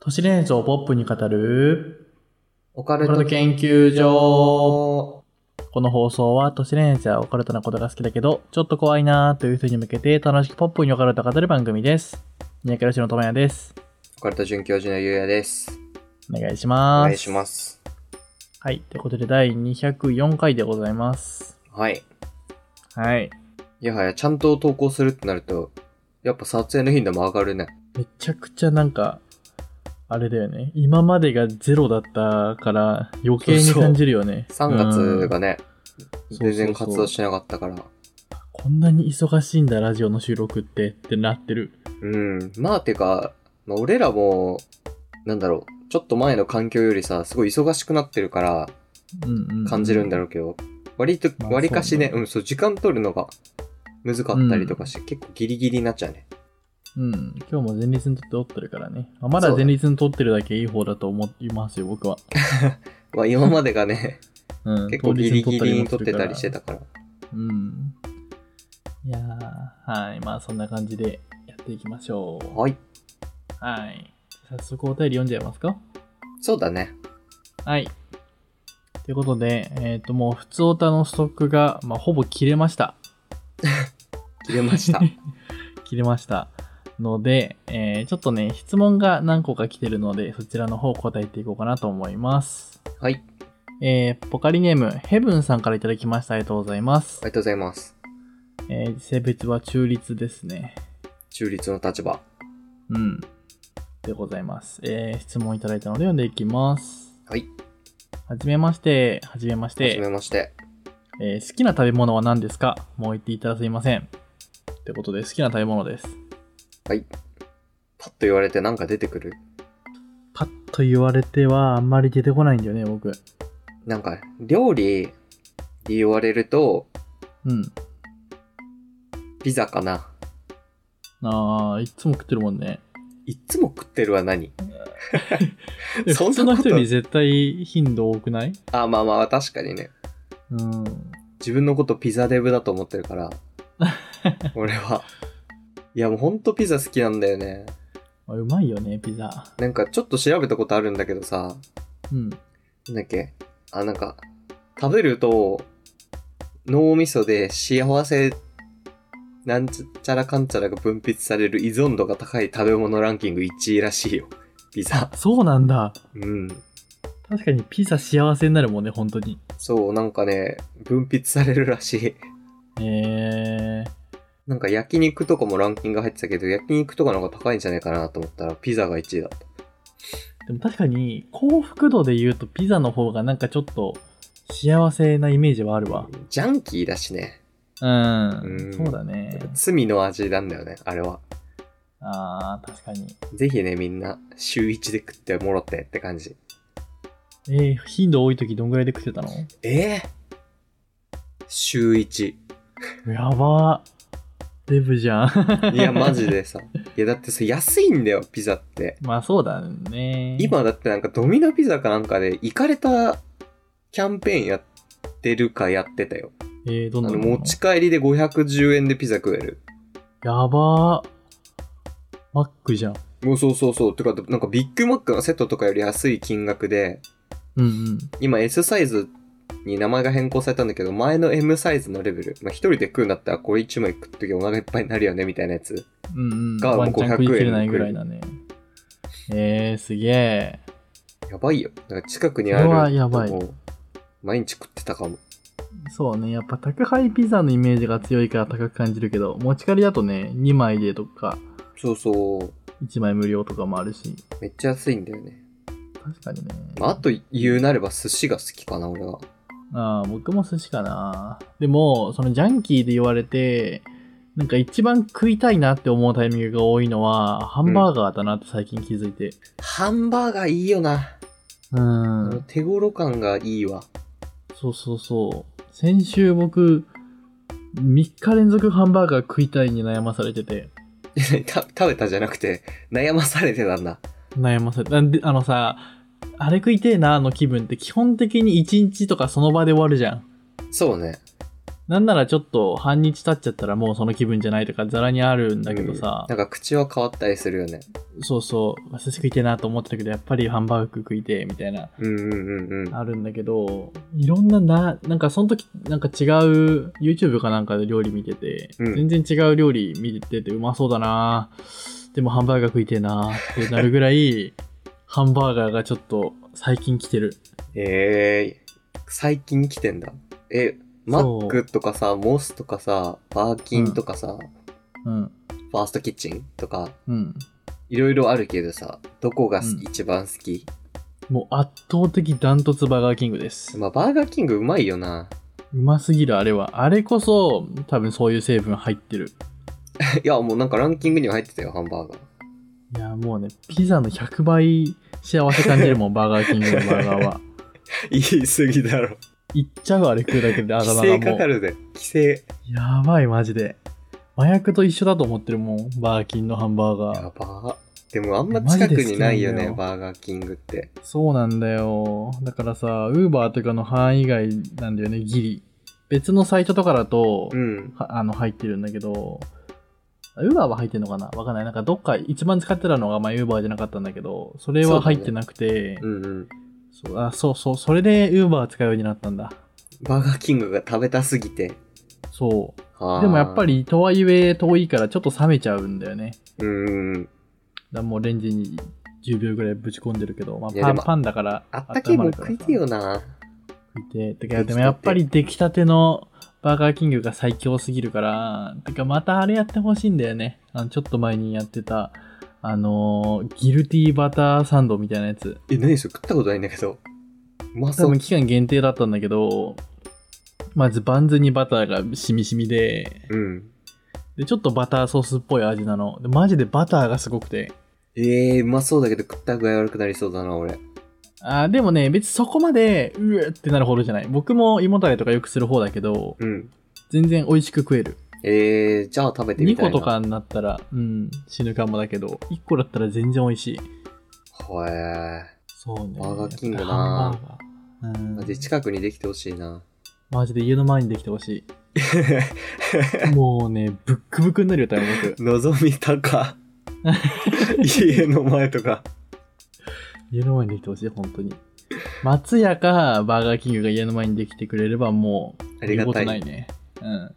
都市伝想をポップに語る、オカオルカルトト研研究究所。所。この放送は都市伝説やオカルトなことが好きだけど、ちょっと怖いなーという人に向けて楽しくポップにオカルトを語る番組です。三宅良のともやです。オカルト准教授のゆうやです。お願いしおます。願いします。はい。ということで、第204回でございます。はい。はい。いやはや、ちゃんと投稿するってなると、やっぱ撮影の頻度も上がるね。めちゃくちゃなんか、あれだよね。今までがゼロだったから余計にそうそう感じるよね。 3月がね、うん全然そうそ活うそう動してなかったから。こんなに忙しいんだ、ラジオの収録って、ってなってる。うん。まあ、てか、まあ、俺らも、なんだろう、ちょっと前の環境よりさ、すごい忙しくなってるからうんうん、感じるんだろうけど、割と、まあ割かしね、そううねん、そう、時間取るのが難かったりとかして、結構ギリギリになっちゃうね。うん。今日も前立にとっておってるからね。あまだそうだ前立にとってるだけいい方だと思いますよ、僕は。まあ、今までがね、うん。 結構ギリギリに撮当日ってた撮りしてたかから。ら。うん。いやー、はい。まあそんな感じでやっていきましょう。はい。はい。早速お便り読んじゃいますかそうだね。はい。ということで、えっ、と、もう、普通オタのストックが、まあ、ほぼ切れました。切れま した。切れました。ので、えーちょっとね、質問が何個か来てるので、そちらの方答えていこうかなと思います。はい。ありえーポカリネーム、ヘブンさんからいただきました。ありがとうございます。がとうございます。えー性別は中立ですね。中立の立場。うん。でございます。えー質問いただいたので読んでいきます。はい。はじめまして。はじめましはじめて。まして。えー好きな食べ物は何ですかもう言っていたらすいません。ってことで、好きな食べ物です。はい。パッと言われてなんか出てくるパッと言われては、あんまり出てこないんだよね、僕。なんか、料理って言われると、うん。ピザかな。ああ、いつも食ってるもんね。いっつも食ってるは何そんなこと普通の人より絶対頻度多くないあ、まあまあ、確かにね。うん。自分のことピザデブだと思ってるから、俺は。いや、もうほんとピザ好きなんだよね。あうまいよね、ピザ。なんか、ちょっと調べたことあるんだけどさ、うん。なんだっけあ、なんか、食べると、脳みそで幸せ、なんちゃらかんちゃらが分泌される依存度が高い食べ物ランキング1位らしいよ。ピザ。そうなんだ。うん。確かにピザ幸せになるもんね、本当に。そう、なんかね、分泌されるらしい。えー、なんか焼肉とかもランキング入ってたけど、焼肉とかの方が高いんじゃないかなと思ったら、ピザが1位だった。でも確かに幸福度で言うとピザの方がなんかちょっと幸せなイメージはあるわ。ジャンキーだしね。うん。うんそうだね。罪の味なんだよね、あれは。あー、確かに。ぜひね、みんな、週1で食ってもろってって感じ。えー、頻度多い時どんぐらいで食ってたのえー、週 1? やばー。デブじゃん。 いや、マジでさ。いや、だってさ、安いんだよ、ピザって。まあそうだね。今だってなんかドミノピザかなんかで、行かれたキャンペーンやってるかやってたよ。えー、どあんなの、の持ち帰りで510円でピザ食える。やばー。マックじゃん。もうそうそうそう。てか、なんかビッグマックのセットとかより安い金額で、うんうん。今 S サイズに名前が変更されたんだけど、前の M サイズのレベル。まあ、一人で食うんだったらこれ1枚食っときゃお腹いっぱいになるよね、みたいなやつ。うんうん。がもうワンチャン食い切れ500ないぐらいだね。えー、すげえ。やばいよ。なんか近くにあるそれはやばいとこ毎日食ってたかも。そうね、やっぱ宅配ピザのイメージが強いから高く感じるけど、持ち帰りだとね、2枚でとか、そうそう。 1枚無料とかもあるし、めっちゃ安いんだよね。確かにね。まあ、あと言うなれば寿司が好きかな、俺は。ああ、僕も寿司かな。でも、そのジャンキーで言われて、なんか一番食いたいなって思うタイミングが多いのは、ハンバーガーだなって最近気づいて。ハンバーガーいいよな。うん。あの手頃感がいいわ。 そうそうそう。先週僕、3日連続ハンバーガー食いたいに悩まされてて、た食べたじゃなくて、悩まされてたんだ。悩まされなんで、あのさ、あれ食いてえなの気分って基本的に1日とかその場で終わるじゃん。そうね。なんならちょっと半日経っちゃったらもうその気分じゃないとかザラにあるんだけどさう、んなんか口は変わったりするよね。そうそう、寿司食いてえなと思ってたけど、やっぱりハンバーグ食いてえみたいな、うんうんうんうん。あるんだけど、いろんなな、なんかその時、なんか違う YouTube かなんかで料理見てて、うん全然違う料理見ててうまそうだなでもハンバーガー食いてえなってなるぐら い、ハンバーガーがちょっと最近来てる。えー、最近来てんだ。え、マそうックとかさ、モスとかさ、バーキンとかさ、うん、ファーストキッチンとか、うん。いろいろあるけどさ、どこが好き、うん一番好きもう圧倒的ダントツバーガーキングです。まあ、バーガーキングうまいよな。 うますぎるあれは。あれこそ多分そういう成分入ってる。いや、もうなんかランキングには入ってたよ、ハンバーガー。いやもうね、ピザの100倍幸せ感じ るもん、バーガーキングのバーガーは。言い過ぎだろ。いっちゃうあれ食うだけで頭規が制もかかう。るで。規制。やばいマジで。麻薬と一緒だと思ってるもん、バーキンのハンバーガー。やばー。でもあんま近くにないよいね、やマジで好きバーガーキングって。そうなんだよ。だからさ、ウーバーとかの範囲外なんだよね、ギリ。別のサイトとかだと、うん。はあの入ってるんだけど、ウーバーは入ってんのかなわかんない。なんかどっか一番使ってたのが、まあ、ウーバーじゃなかったんだけど、それは入ってなくて、うんうん。そう,、あそうそう、それでウーバー使うようになったんだ。バーガーキングが食べたすぎて。そう。あーでもやっぱ。り、とはいえ遠いからちょっと冷めちゃうんだよね。うんうんうん。だからもうレンジに10秒ぐらいぶち込んでるけど、まあ、いやパンでもパンだからあったけえ温まもんるから食さいてえよな。食いてえてかでもやっぱり出来たてのバーガーキングが最強すぎるから、てかまたあれやってほしいんだよね。あの、ちょっと前にやってた、あのーギルティーバターサンドみたいなやつ。え、何それ食ったことないんだけど。うま多そう分。期間限定だったんだけど、まずバンズにバターがしみしみで、うん。で、ちょっとバターソースっぽい味なの。で、マジでバターがすごくて。えー、うまそうだけど食った具合悪くなりそうだな、俺。あーでもね、別にそこまで、うえってなるほどじゃない。僕も胃もたれとかよくする方だけど、うん。全然美味しく食える。えー、じゃあ食べてみ2たいな。個とかになったら、うん、死ぬかもだけど、1個だったら全然美味しい。ほえそうね。バーガーキングなハンバーガーうんー。マジ近くにできてほしいな。マジで家の前にできてほし い。もうね、ぶっくぶくになるよ、多分僕。望みた か。家の前とか。家の前にできてほしい、本当に。松屋か、バーガーキングが家の前にできてくれれば、もう、ありが言た。うことないいね。うん。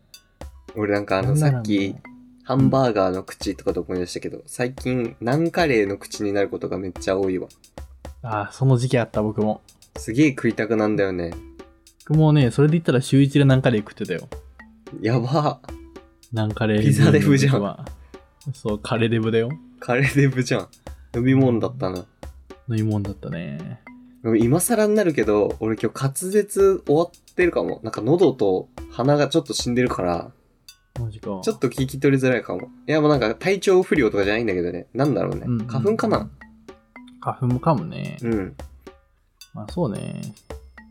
俺なんかあなの、んなさらもっうき、ハンバーガーの口とかと思い出したけど、最近、ナンカレーの口になることがめっちゃ多いわ。ああ、その時期あった、僕も。すげえ食いたくなんだよね。僕もね、それで言ったら週一で何カレー食ってたよ。やば。何カレーピザデブじゃんブームの時はそう、カレーデブだよ。カレーデブじゃん。飲み物だったな。飲み物だったね。でも今更になるけど、俺今日滑舌終わってるかも。なんか喉と鼻がちょっと死んでるから、マジか。ちょっと聞き取りづらいかも。いやもうなんか体調不良とかじゃないんだけどね。なんだろうね。うん花粉かな花粉もかもね。うん。まあそうね。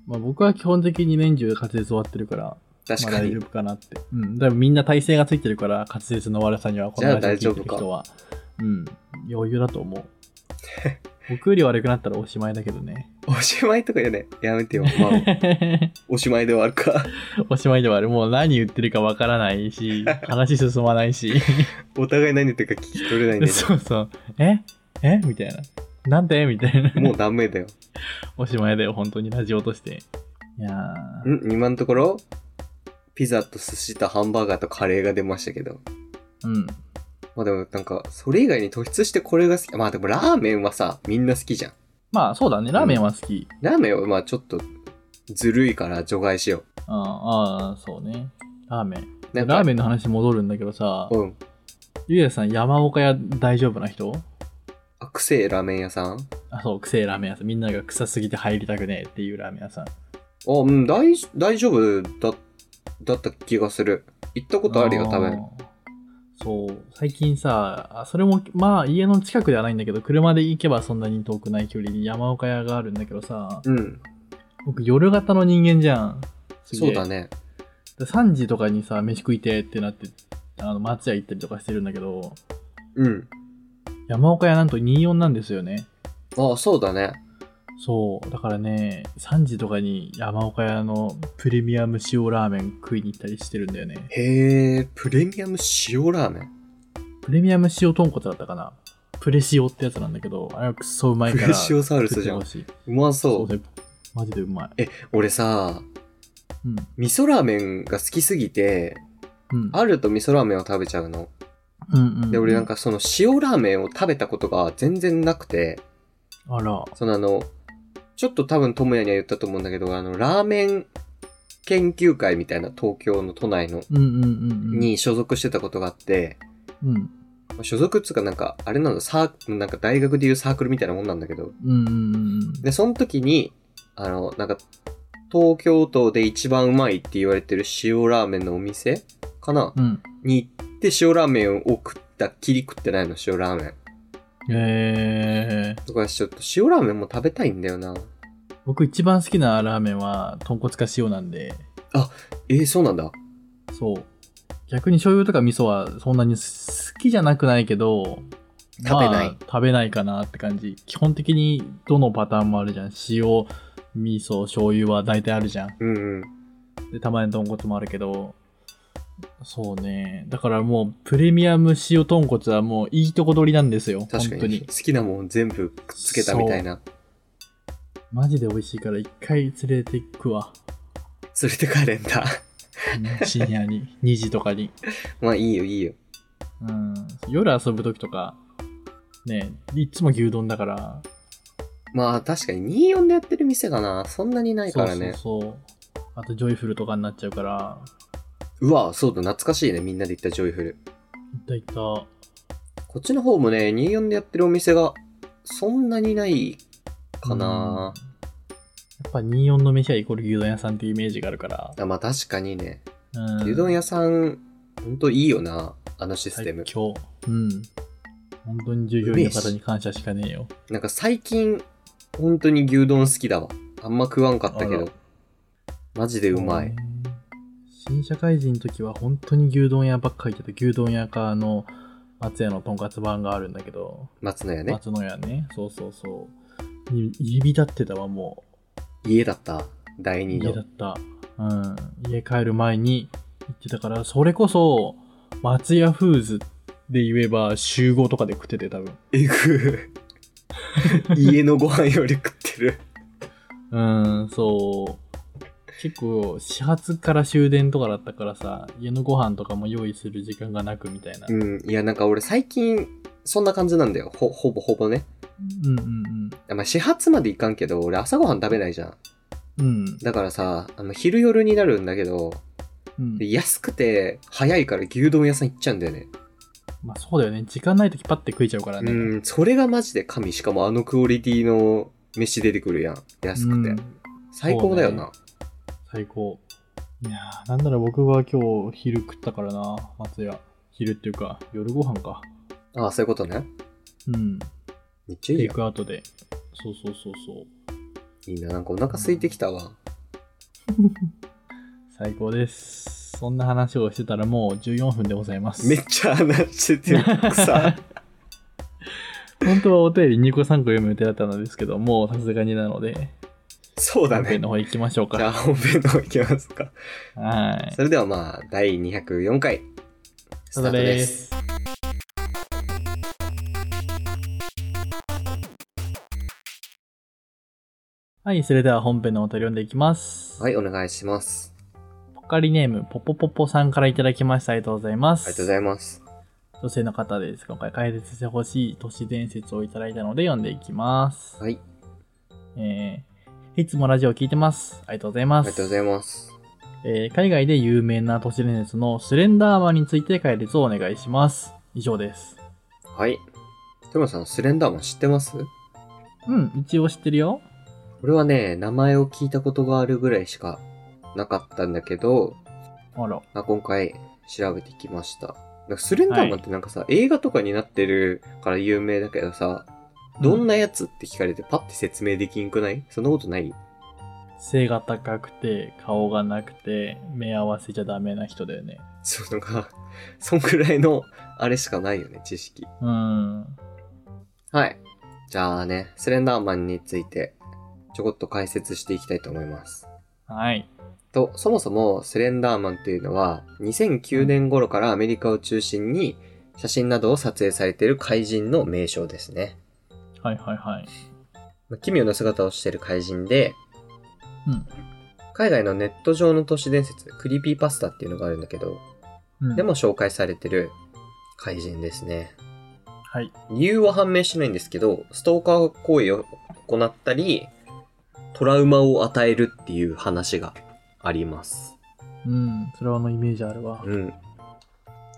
まあ僕は基本的に年中滑舌終わってるから、確まあか大に丈。夫かなって。うん。でもみんな体勢がついてるから、滑舌の悪さにはこのラジオじゃあ聞いてる人は、うん。余裕だと 思う。僕より悪くなったらおしまいだけどね。 おしまいとかよね。やめてよ。まあ、おしまいではあるか。おしまいでは ある。もう何言ってるかわからないし、話進まない し。 お互い何言ってるか聞き取れないんで、ね、そうそう。ええみたいな。なんでみたいな。 もうダメだよ。おしまいだよ、本当にラジオとして。いやー。ん今のところ、ピザと寿司とハンバーガーとカレーが出ましたけど。うん。まあでもなんか、それ以外に突出してこれが好き。まあでもラーメンはさ、みんな好きじゃん。まあそうだね、ラーメンは好き。ラーメンはまあちょっと、ずるいから除外しよああ、そうね。ラーメン。う。なんかラーメンの話戻るんだけどさ、うん。ゆうやさん山岡屋大丈夫な人あ、くせえラーメン屋さんあ、あ、そう、くせえラーメン屋さん。みんなが臭すぎて入りたくねえっていうラーメン屋さん。うん、大、大丈夫だ、だった気がする。行ったことあるよ、多分。ーそう、最近さ、あそれも、まあ家の近くではないんだけど、車で行けばそんなに遠くない距離に山岡屋があるんだけどさ、うん。僕夜型の人間じゃん。すげえそうだね。で3時とかにさ、飯食いてってなって、あの、松屋行ったりとかしてるんだけど、うん。山岡屋なんと24なんですよね。あ、そうだね。そう。だからね、3時とかに山岡屋のプレミアム塩ラーメン食いに行ったりしてるんだよね。へえ、プレミアム塩ラーメン。プレミアム塩豚骨だったかな。プレ塩ってやつなんだけど、あれはクソうまいプかレら。塩サウル食スっじてゃん。ほうしい。まそそうう。で、マジでうまい。俺さ、うん。味噌ラーメンが好きすぎて、うん。あると味噌ラーメンを食べちゃうの。うんうんうんで、俺なん。かその塩ラーメンを食べたことが全然なくて、あら。そのあの、ちょっと多分智也には言ったと思うんだけど、あの、ラーメン研究会みたいな東京の都内の、うんうんうんうん。。に所属してたことがあって、うん。まあ所属っつうかなんか、あれなの、サー、なんか大学でいうサークルみたいなもんなんだけど、うんうんうんで、その時に、あの、なんか、東京都で一番うまいって言われてる塩ラーメンのお店かな、うん。うん。に行って塩ラーメンを食ったきり食ってないの、塩ラーメン。えー、だからちょっと塩ラーメンも食べたいんだよな。僕一番好きなラーメンは豚骨か塩なんで、えー、そうなんだ。そう。逆に醤油とか味噌はそんなに好きじゃなくないけど、食べないまあ、食べないかなって感じ。基本的にどのパターンもあるじゃん。塩、味噌、醤油は大体あるじゃん。うんうん。で、たまに豚骨もあるけど、そうね。だからもう、プレミアム塩豚骨はもういいとこ取りなんですよ。確か本当に。に好。きなもん全部くっつけたみたいな。マジで美味しいから一回連れてくわ。連れて帰れんだ。 うん深夜に、2時とかに。まあいいよいいよ。うん。夜遊ぶ時とか、ね、いつも牛丼だから、まあ確かに24でやってる店がな、そんなにないからね。そうそうそうあとジョイフルとかになっちゃうからうわ、そうだ、懐かしいね。みんなで行ったジョイフル。いったいったこっちの方もね、24でやってるお店がそんなにないかな。やっぱ24の飯はイコール牛丼屋さんっていうイメージがあるから、あまあ確かにね。うん、牛丼屋さん、ほんといいよな。あのシステム最。強うん本当に従業員の方に感謝しかねえよなんか最近、本当に牛丼好きだわ。あんま食わんかったけあどら。マジでうまんい。新社会人の時は本当に牛丼屋ばっかり行ってた牛丼屋かあの松屋のとんかつ版があるんだけど、松野屋ね。松の屋ねそうそうそうに入り浸ってたわもう家だった。第二家だのっ。た、うん、家帰る前に行ってたからそれこそ松屋フーズで言えば集合とかで食ってて多分えぐ。 家のご飯より食ってる。うんそう結構始発から終電とかだったからさ家のご飯とかも用意する時間がなくみたいな、うん、うん。いや、なんか俺最近、そんな感じなんだよ。ほ、ほぼほぼね。うんうんまあ、始発までいかんけど、俺朝ごはん食べないじゃん。うんだからさ、あの、昼夜になるんだけど、うんで安くて早いから牛丼屋さん行っちゃうんだよね。まあそうだよね時間ない時パッて食いちゃうからね、うん、それがマジで神。しかもあのクオリティの飯出てくるやん。安くて。うん最高だよな。最高いやーなんなら僕は今日昼食ったからな松屋昼っていうか夜ご飯かああ、そういうことね。うんめっちゃいいテイやクアウトで。そうそうそうそう。ん。いいな、なんかお腹空いてきたわ。最高です。そんな話をしてたらもう14分でございます。めっちゃ話しててる さ。本当はお便り2個3個読む予定だったのですけど、もうさすがになので、そうだ本ね編。の方行きましょうじゃあか。本編の方いきますか。はい。それではまあ、第204回、スタートです。。はい、それでは本編のお便り読んでいきます。はい、お願いします。ポカリネーム、ポポポポさんからいただきました。ありがとうございまあす。りがとうございます。女性の方です。今回解説してほしい都市伝説をいただいたので読んでいきます。はい、えーいつもラジオを聞いてます。ありがとうございあまりす。がとうございます。えー海外で有名な都市伝説のスレンダーマンについて解説をお願いします。以上です。はい。トムさん、スレンダーマン知ってますうん、一応知ってるよ。俺はね、名前を聞いたことがあるぐらいしかなかったんだけど、あら。まあ、今回調べてきました。なんかスレンダーマンってなんかさ、映画とかになってるから有名だけどさ、どんなやつって聞かれてパッて説明できんくないそんなことない背が高くて、顔がなくて、目合わせちゃダメな人だよね。そう、なんか、 そんくらいの、あれしかないよね、知識。うん。はい。じゃあね、スレンダーマンについてちょこっと解説していきたいと思います。はい。と、そもそもスレンダーマンというのは、2009年頃からアメリカを中心に写真などを撮影されている怪人の名称ですね。はいはいはい。まあ奇妙な姿をしている怪人で、うん海外のネット上の都市伝説、クリーピーパスタっていうのがあるんだけど、うん、でも、紹介されてる怪人ですね。はい。理由は判明してないんですけど、ストーカー行為を行ったり、トラウマを与えるっていう話があります。うん、それはあのイメージあるわ。うん。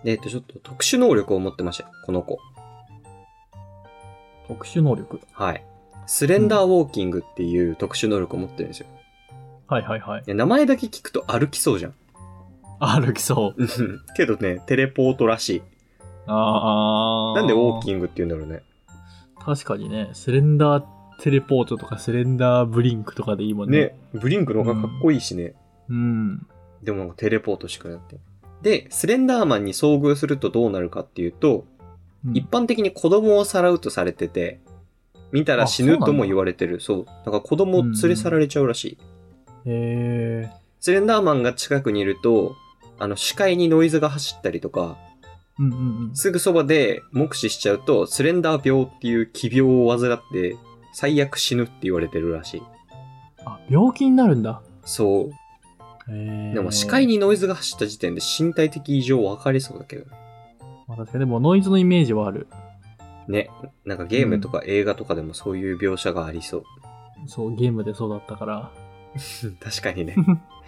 でえっと、ちょっと特殊能力を持ってました、この子。特殊能力。はい。スレンダーウォーキングっていう特殊能力を持ってるんですよ。はいはいはい。いや名前だけ聞くと歩きそうじゃん。歩きそう。うん けどね、テレポートらしい。あなんでウォーキいングって言うんだろうね。確かにね、スレンダーテレポートとかスレンダーブリンクとかでいいもんね。ね、ブリンクの方がかっこいいしね。うん。でもなんかテレポートしてくれって。で、スレンダーマンに遭遇するとどうなるかっていうと、うん一般的に子供をさらうとされてて、見たら死ぬとも言われてる。そうなんか子供を連れ去られちゃうらしい。へえ。スレンダーマンが近くにいると、あの、視界にノイズが走ったりとか、うんうんうん。すぐそばで目視しちゃうと、スレンダー病っていう奇病を患って、最悪死ぬって言われてるらしい。あ、病気になるんだ。そう。へえ。でも視界。にノイズが走った時点で身体的異常分かりそうだけどね。まあ、確かに、でもノイズのイメージはある。ね。なんかゲームとか映画とかでもそういう描写がありそう。そう、ゲームでそうだったから。確かにね。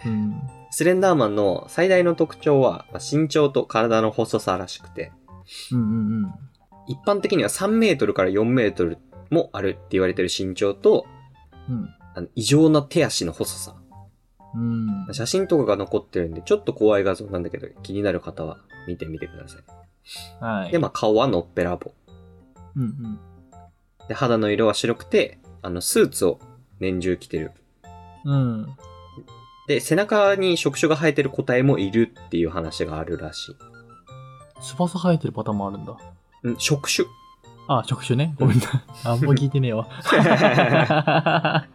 うん。スレンダーマンの最大の特徴は、まあ身長と体の細さらしくて、うんうんうん。一般的には3メートルから4メートルもあるって言われてる身長と、うん。あの異常な手足の細さ。うん。写真とかが残ってるんで、ちょっと怖い画像なんだけど、気になる方は見てみてくださ。はいい。で、まあ顔はのっぺらぼうんうん。う。で、肌の色は白くて、あの、スーツを年中着てる。うん。で、背中に触手が生えてる個体もいるっていう話があるらしい。翼生えてるパターンもあるんだ。うん、触 手。あ、触手ね。ごめんな。あんま聞いてねえわ。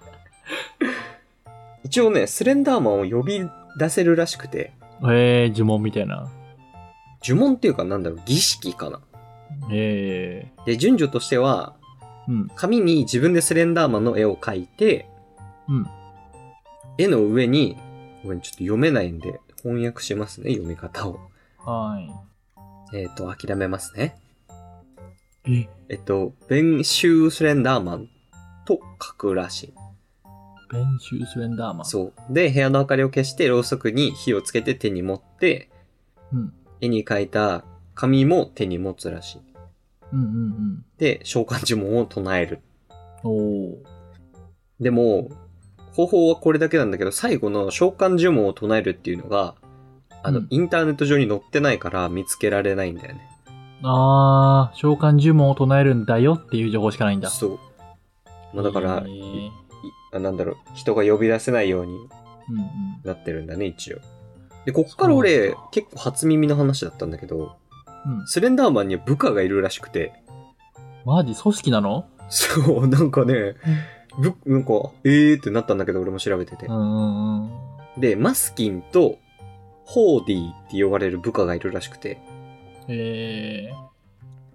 一応ね、スレンダーマンを呼び出せるらしくて、えー、呪文みたいな。呪文っていうかなんだろう、儀式かな。えで、順序としては、ー、うん。紙に自分でスレンダーマンの絵を描いて、うん。絵の上に、ごめん、ちょっと読めないんで、翻訳しますね、読み方を。はえっ、と、諦めますね。い。え、えっと、ベンシュースレンダーマンと書くらしい。練習スレンダーマン。そう。で、部屋の明かりを消して、ろうそくに火をつけて手に持って、うん。絵に描いた紙も手に持つらしい。うんうんで、召喚呪文を唱える。うん。おー。でも、方法はこれだけなんだけど、最後の召喚呪文を唱えるっていうのが、あの、うんインターネット上に載ってないから見つけられないんだよね。あー、召喚呪文を唱えるんだよっていう情報しかないんだ。そう。まあ、だから、えーいあなんだろう、人が呼び出せないようにうんうん。なってるんだね、一応。で、こっからそう俺なんだ、結構初耳の話だったんだけど、うん。スレンダーマンには部下がいるらしくて、マジ組織なのそう、 なんかね、ぶなんか、えーってなったんだけど、俺も調べててう。んうんうん。で、マスキンと、ホーディーって呼ばれる部下がいるらしくて、え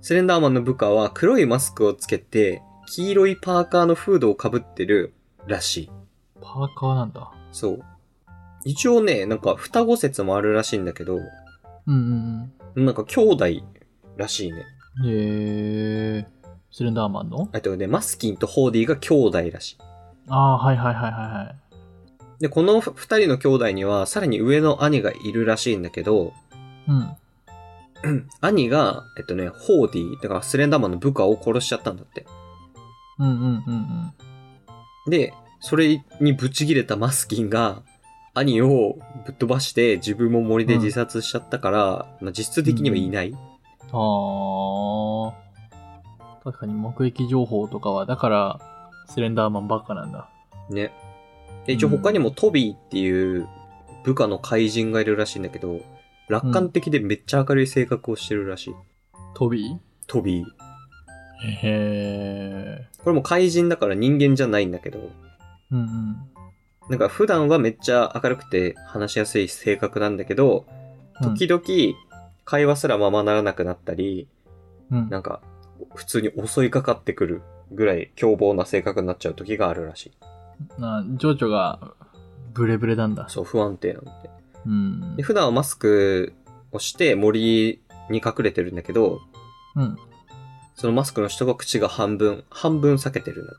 スレンダーマンの部下は黒いマスクをつけて、黄色いパーカーのフードをかぶってるらしい。ー、パーカーなんだ。そう。一応ね、なんか双子説もあるらしいんだけど、うんうんなんか兄弟らしいね。うん。えー、スレンダーマンのあとね、マスキンとホーディーが兄弟らしい。あー、はいはいはいはいはい。で、この二人の兄弟には、さらに上の兄がいるらしいんだけど、うん。兄が、えっとね、ホーディー、だからスレンダーマンの部下を殺しちゃったんだって。うんうんうんうん。で、それにぶち切れたマスキンが、兄をぶっ飛ばして自分も森で自殺しちゃったから、まあ実質的にはいない。あー。確かに目撃情報とかは、だから、スレンダーマンばっかなんだ。ね。で、一応他にもトビーっていう部下の怪人がいるらしいんだけど、楽観的でめっちゃ明るい性格をしてるらしい。トビトビー。ーへこれも怪人だから人間じゃないんだけど、ー。うんうん。なんか普段はめっちゃ明るくて話しやすい性格なんだけど、うん時々会話すらままならなくなったり、うんなんか普通に襲いかかってくるぐらい凶暴な性格になっちゃう時があるらしい。な情緒がブレブレなんだ。そう、不安定なんで。うんで。普段はマスクをして森に隠れてるんだけど、うん。そのマスクの人が口が半分、半分裂けてるんだ。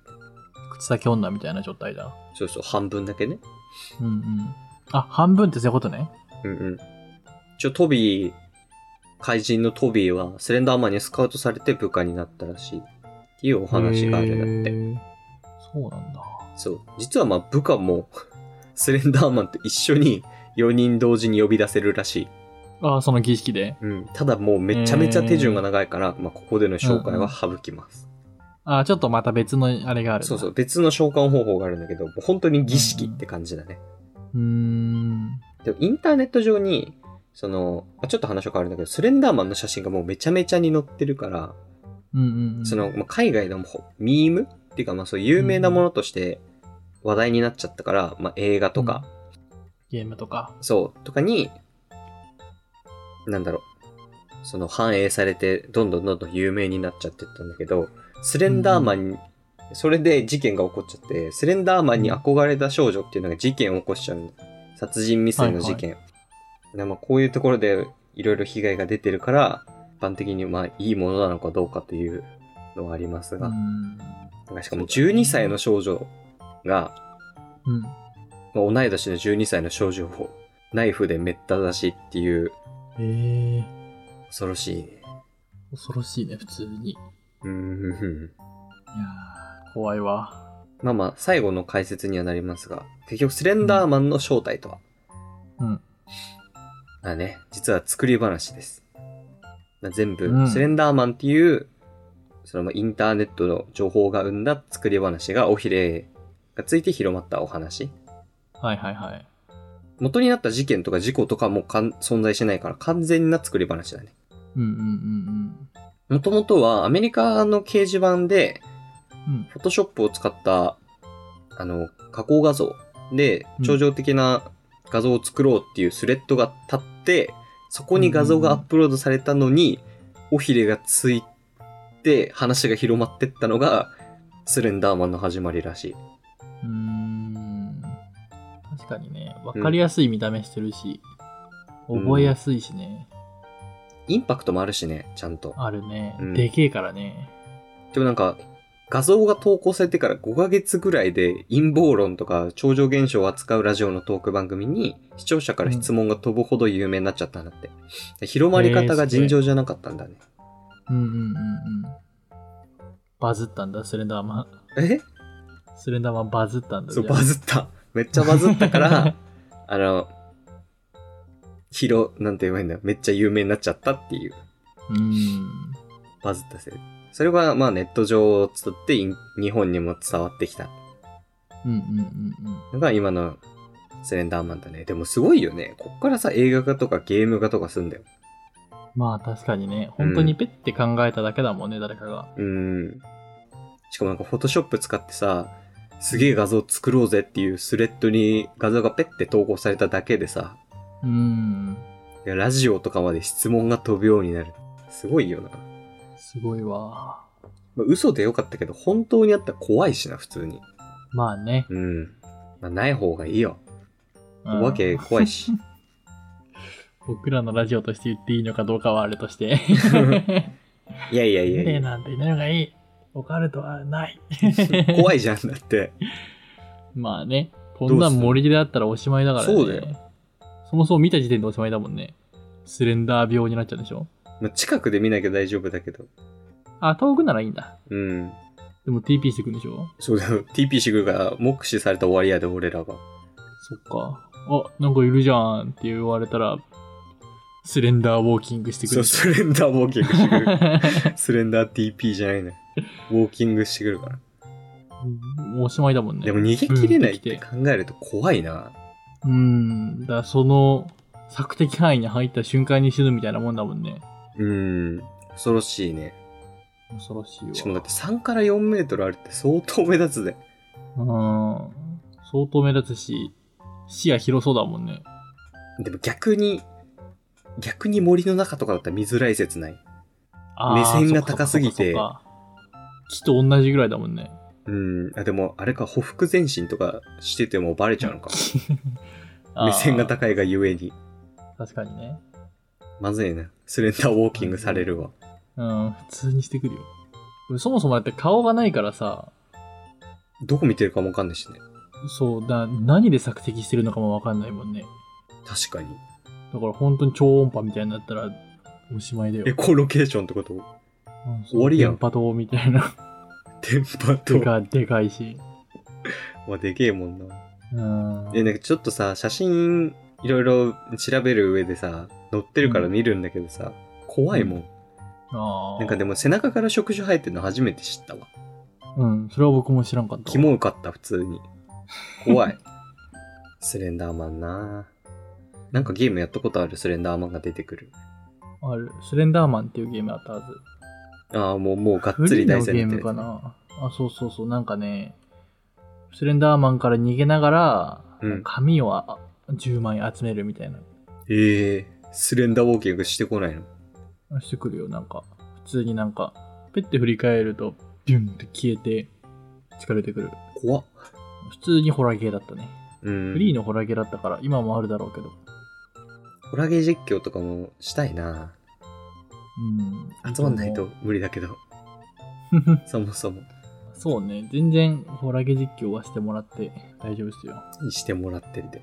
口先女みたいな状態だ。そうそう、半分だけね。うんうん。あ、半分ってそういうことね。うんうん。一応トビー、怪人のトビーはスレンダーマンにスカウトされて部下になったらしい。っていうお話があるんだって。へー。そうなんだ。そう。実はまあ部下も スレンダーマンと一緒に4人同時に呼び出せるらしい。ああ、その儀式で。うん。ただもうめちゃめちゃ手順が長いから、まあここでの紹介は省きます。ああ、ちょっとまた別のあれがある。そうそう。。別の召喚方法があるんだけど、もう本当に儀式って感じだね。うーん。でもインターネット上に、その、まあちょっと話は変わるんだけど、スレンダーマンの写真がもうめちゃめちゃに載ってるから、うんうんうん。その、まあ海外のほミームっていうか、まあそう有名なものとして話題になっちゃったから、まあ映画とか、ゲームとか。そう、とかに、なんだろう、その反映されて、どんどんどんどん有名になっちゃってったんだけど、スレンダーマンに、それで事件が起こっちゃって、スレンダーマンに憧れた少女っていうのが事件を起こしちゃうんだ。殺人未遂の事件。でまあこういうところでいろいろ被害が出てるから、一般的にまあいいものなのかどうかというのはありますうが、ん。なんかしかも12歳の少女が、うん。まあ同い年の12歳の少女をナイフでめった刺しっていうええ。恐ろしいね。恐ろしいね、普通に。いやうーん。ー、怖いわ。まあまあ、最後の解説にはなりますが、結局スレンダーマンの正体とは、うん。あね、実は作り話です。まあ全部、うんスレンダーマンっていう、そのまあインターネットの情報が生んだ作り話が、おひれがついて広まったお話。はいはいはい。元になった事件とか事故とかもかん存在しないから、完全な作り話だね。うんうんうんもともとはアメリカの掲示板で、うん。うん。フォトショップを使った、あの、加工画像で、頂上的な画像を作ろうっていうスレッドが立って、そこに画像がアップロードされたのに、尾ひれがついて、話が広まってったのが、スレンダーマンの始まりらしい。うーん確かにね、わかりやすい見た目してるし、うん覚えやすいしね、インパクトもあるしね、ちゃんと。あるね、うんでけえからね。でもなんか、画像が投稿されてから5ヶ月ぐらいで陰謀論とか超常現象を扱うラジオのトーク番組に視聴者から質問が飛ぶほど有名になっちゃったんだって。で広まり方が尋常じゃなかったんだね。うんうんうんうん。バズったんだ、スレンダーマン。えスレンダーマンバズったんだ。そう、じゃあバズった。めっちゃバズった から、あの、広、なんて言えばいいんだめっちゃ有名になっちゃったっていう。うーん。バズったせいで。それがまあネット上を伝ってい日本にも伝わってきたうんうんうんうん。のが今のスレンダーマンだね。でもすごいよね。こっからさ、映画化とかゲーム化とかすんだよ。まあ確かにね、本当にペッて考えただけだもんね、誰かが。うーん。しかもなんかフォトショップ使ってさ、すげえ画像作ろうぜっていうスレッドに画像がペッて投稿されただけでさ、うーん。いやラジオとかまで質問が飛ぶようになる。すごいよな。すごいわ。まあ、嘘でよかったけど、本当にあったら怖いしな、普通に。まあね。うん。まあ、ない方がいいよ。うんお化け怖いし。僕らのラジオとして言っていいのかどうかはあれと して。いやいやいや幽霊 いや。なんていないのがいい。オカルトはない。怖いじゃんだって。まあね、こんなん森であったらおしまいだからね。そうだよそもそも見た時点でおしまいだもんね。スレンダー病になっちゃうでしょ。まあ、近くで見なきゃ大丈夫だけど。あ、遠くならいいんだ。うん。でも TP してくんでしょそうだよ。TP シグが目視された終わりやで、俺らが。そっか。あ、なんかいるじゃんって言われたら、スレンダーウォーキングしてくそるう、でしょ。スレンダーウォーキングして くる。スレンダー TP じゃないね。ウォーキングしてくるから。 もうおしまいだもんね。でも逃げ切れないブーンってってきて考えると怖いな。うん。だからその、索敵範囲に入った瞬間に死ぬみたいなもんだもんね。うん。恐ろしいね。恐ろしいわ。しかもだって3から4メートルあるって相当目立つで。うん。相当目立つし、視野広そうだもんね。でも逆に、逆に森の中とかだったら見づらい説ない。あー目線が高すぎて。そっかそっかそっか木と同じぐらいだもんね。うん。あ、でも、あれか、ほふく前進とかしててもバレちゃうのか。あー目線が高いがゆえに。確かにね。まずいな。スレンダーウォーキングされるわ。うん、普通にしてくるよ。俺そもそもだって顔がないからさ、どこ見てるかもわかんないしね。そうだ、何で索敵してるのかもわかんないもんね。確かに。だから本当に超音波みたいになったら、おしまいだよエ。コロケーションってことうん終わりやん電波塔みたいな。電波でと。か、でかいし。まあ、でけえもんな。うん。え、なんかちょっとさ、写真いろいろ調べる上でさ、載ってるから見るんだけどさ、怖いもん。あーなんかでも背中から触手生えてるの初めて知ったわ。うん、それは僕も知らんかったわ。キモかった、普通に。怖い。 スレンダーマンななんかゲームやったことあるスレンダーマンが出てくる。ある。スレンダーマンっていうゲームあったはず。ああ、もう、もうがっフつリりーの題ゲー材になっムてるかやつね。なあ、そうそうそう。なんかね、スレンダーマンから逃げながら、うん紙をあ10枚集めるみたいな。ええスレンダーウォーキングしてこないのしてくるよ、なんか。普通になんか、ペッて振り返ると、ビュンって消えて、疲れてくる。怖っ。普通にホラーゲーだったね。うん。フリーのホラーゲーだったから、今もあるだろうけど。ホラゲー実況とかもしたいなうん。集まんないと。無理だ けど、そもそも。そうね、全然ホラーゲー実況はしてもらって大丈夫ですよ。にしてもらってるで。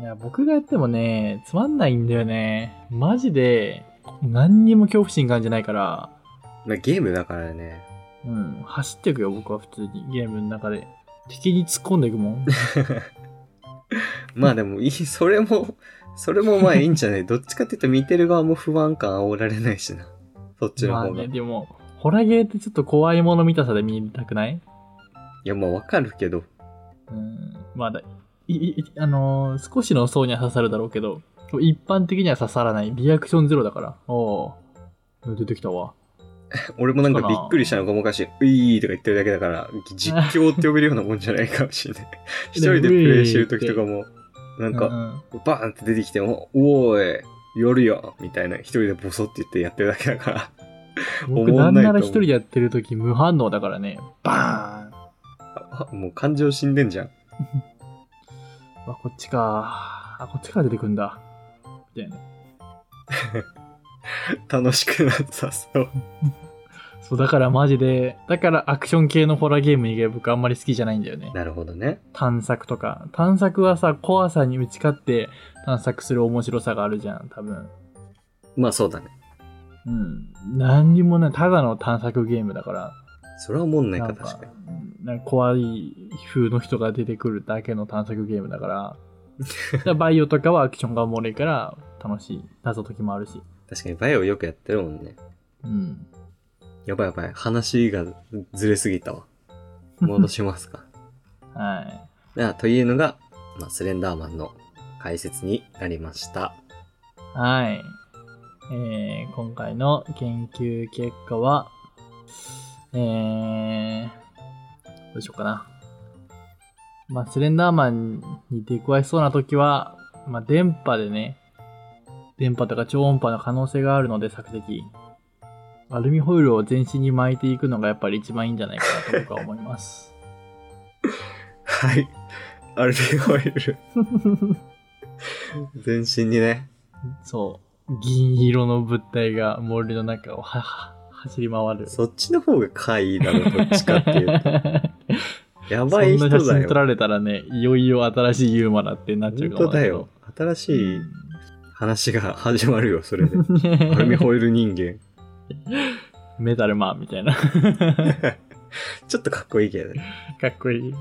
いや、僕がやってもね、つまんないんだよね。マジで、何にも恐怖心感じないから、まあ、ゲームだからね。うん、走っていくよ、僕は普通に、ゲームの中で。敵に突っ込んでいくも ん。まあでもいい、それも、それもまあいいんじゃ ないどっちかっていうと見てる側も不安感煽られないしな。そっちのま方あが。ね、でも、ホラーゲーってちょっと怖いもの見たさで見たくないいや、まあわかるけど。うん、まあだ、いいいあのー少しの層には刺さるだろうけど、一般的には刺さらない。リアクションゼロだから。おお出てきたわ。俺もなんかそうびなっくりしたのがもかしい、ういーとか言ってるだけだから、実況って呼べるようなもんじゃないかもし れない。一人でプレイしてる時とかも、なんうか、んうんバーンって出てきても、おーい、夜よみたいな、一人でボソって言ってやってるだけだから。僕おもなんんないと思なうら一人でやってる時無反応だからね。バーンあ もう感情死んでんじゃん。あ、こっちか。あ、こっちから出てくんだ。みたいな。楽しくなさそう。そう、だからマジで、だからアクション系のホラーゲーム以外僕あんまり好きじゃないんだよね。 なるほどね。探索とか。探索はさ、怖さに打ち勝って探索する面白さがあるじゃん、多分。まあそうだね。うん。何にもない、ただの探索ゲームだから。それは思んないか、ん確かに。うんなんか怖い風の人が出てくるだけの探索ゲームだから。だ からバイオとかはアクションがおもろいから楽しい。謎解きもあるし。確かにバイオよくやってるもんね。うん。やばいやばい。話がずれすぎた わ。戻しますか。はい。なあというのが、まあ、スレンダーマンの解説になりました。はい。えー、今回の研究結果は、えー、どうしようかな。まあ、スレンダーマンに出くわしそうな時は、まあ、電波でね、電波とか超音波の可能性があるので、索敵。アルミホイルを全身に巻いていくのがやっぱり一番いいんじゃないかなと僕は思い ます。はい。アルミホイル。 全身にね。そう。銀色の物体が森の中をはは走り回る。そっちの方がかいいだろ、どっちかっていうと。 やばいそ人んな写だ真撮よ。られたらね、いよいよ新しいユーマだってなっちゃう本かも当だよ。新しい話が始まるよ、そ れで。アルミね。ホイル人間。メタルマンみたいな。かちょっとかっこいいけどね。っこいい。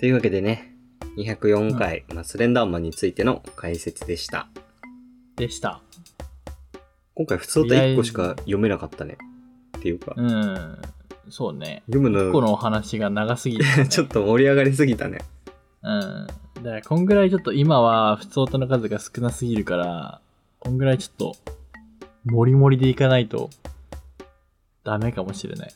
というわけでね、204回、まあ、スレンダーマンについての解説でした。でした。今回、普通と1個しか読めなかったね。っていうか、うん。そうね。読むのこ、のお話が長すぎて、 ちょっと盛り上がりすぎたね。うん。だから、こんぐらいちょっと今は、普通音の数が少なすぎるから、こんぐらいちょっと、もりもりでいかないと、ダメかもしれない。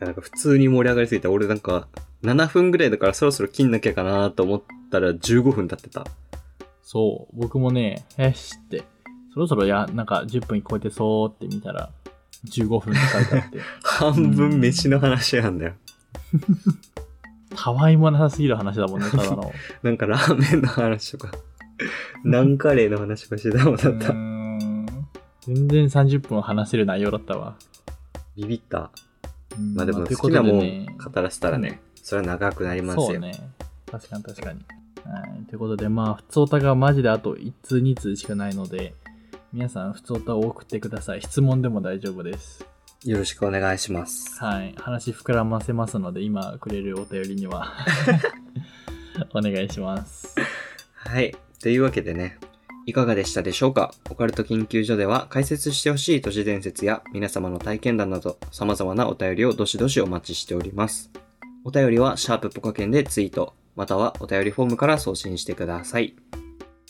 なんか普通に盛り上がりすぎた。俺なんか、 7分ぐらいだからそろそろ切んなきゃかなと思ったら15分経ってた。そう、僕もね、えしって、そろそろや、なんか10分超えてそうって見たら、15分使えたって。半分飯の話なんだよ。たわいもなさすぎる話だもんね、ただの。なんかラーメンの話とか、南カレーの話とかしてたもんだうった。ーん全然30分話せる内容だったわ。ビビった。うんまあでもという好こきとなでもんね語らせたらね、それは長くなりますよ。そうね。確かに確かに。はい。ということで、まあ、普通歌がマジであと1通2通しかないので、皆さん、普通歌を送ってください。質問でも大丈夫です。よろしくお願いします。はい。話膨らませますので、今くれるお便りには、お願いします。はい。というわけでね、いかがでしたでしょうかオカルト研究所では解説してほしい都市伝説や皆様の体験談など様々なお便りをどしどしお待ちしております。お便りはシャープポカケンでツイート、またはお便りフォームから送信してください。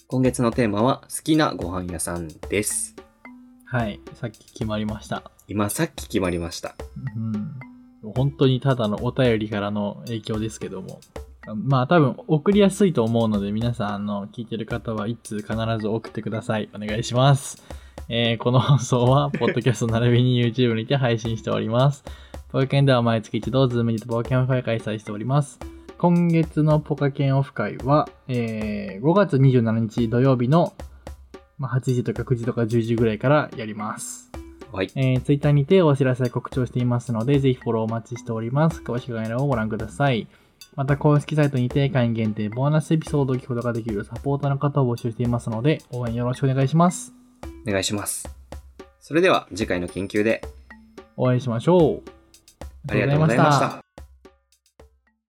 今月のテーマは好きなご飯屋さんです。はい。さっき決まりました。今さっき決まりました。うん。本当にただのお便りからの影響ですけども。まあ多分送りやすいと思うので皆さんあの聞いてる方は一通必ず送ってください。お願いします。えーこの放送は、ポッドキャスト並びに YouTube にて配信しております。ポカケンでは毎月一度、ズームにてポカケンオフ会開催しております。今月のポカケンオフ会は、えー5月27日土曜日の、まあ、8時とか9時とか10時ぐらいからやります。はい。えー、Twitter にてお知らせ告知をしていますので、ぜひフォローお待ちしております。詳しく概要欄をご覧ください。また、公式サイトにて会員限定ボーナスエピソードを聞くことができるサポーターの方を募集していますので、応援よろしくお願いします。お願いします。それでは次回の研究でお会いしましょう。ありがとうございました。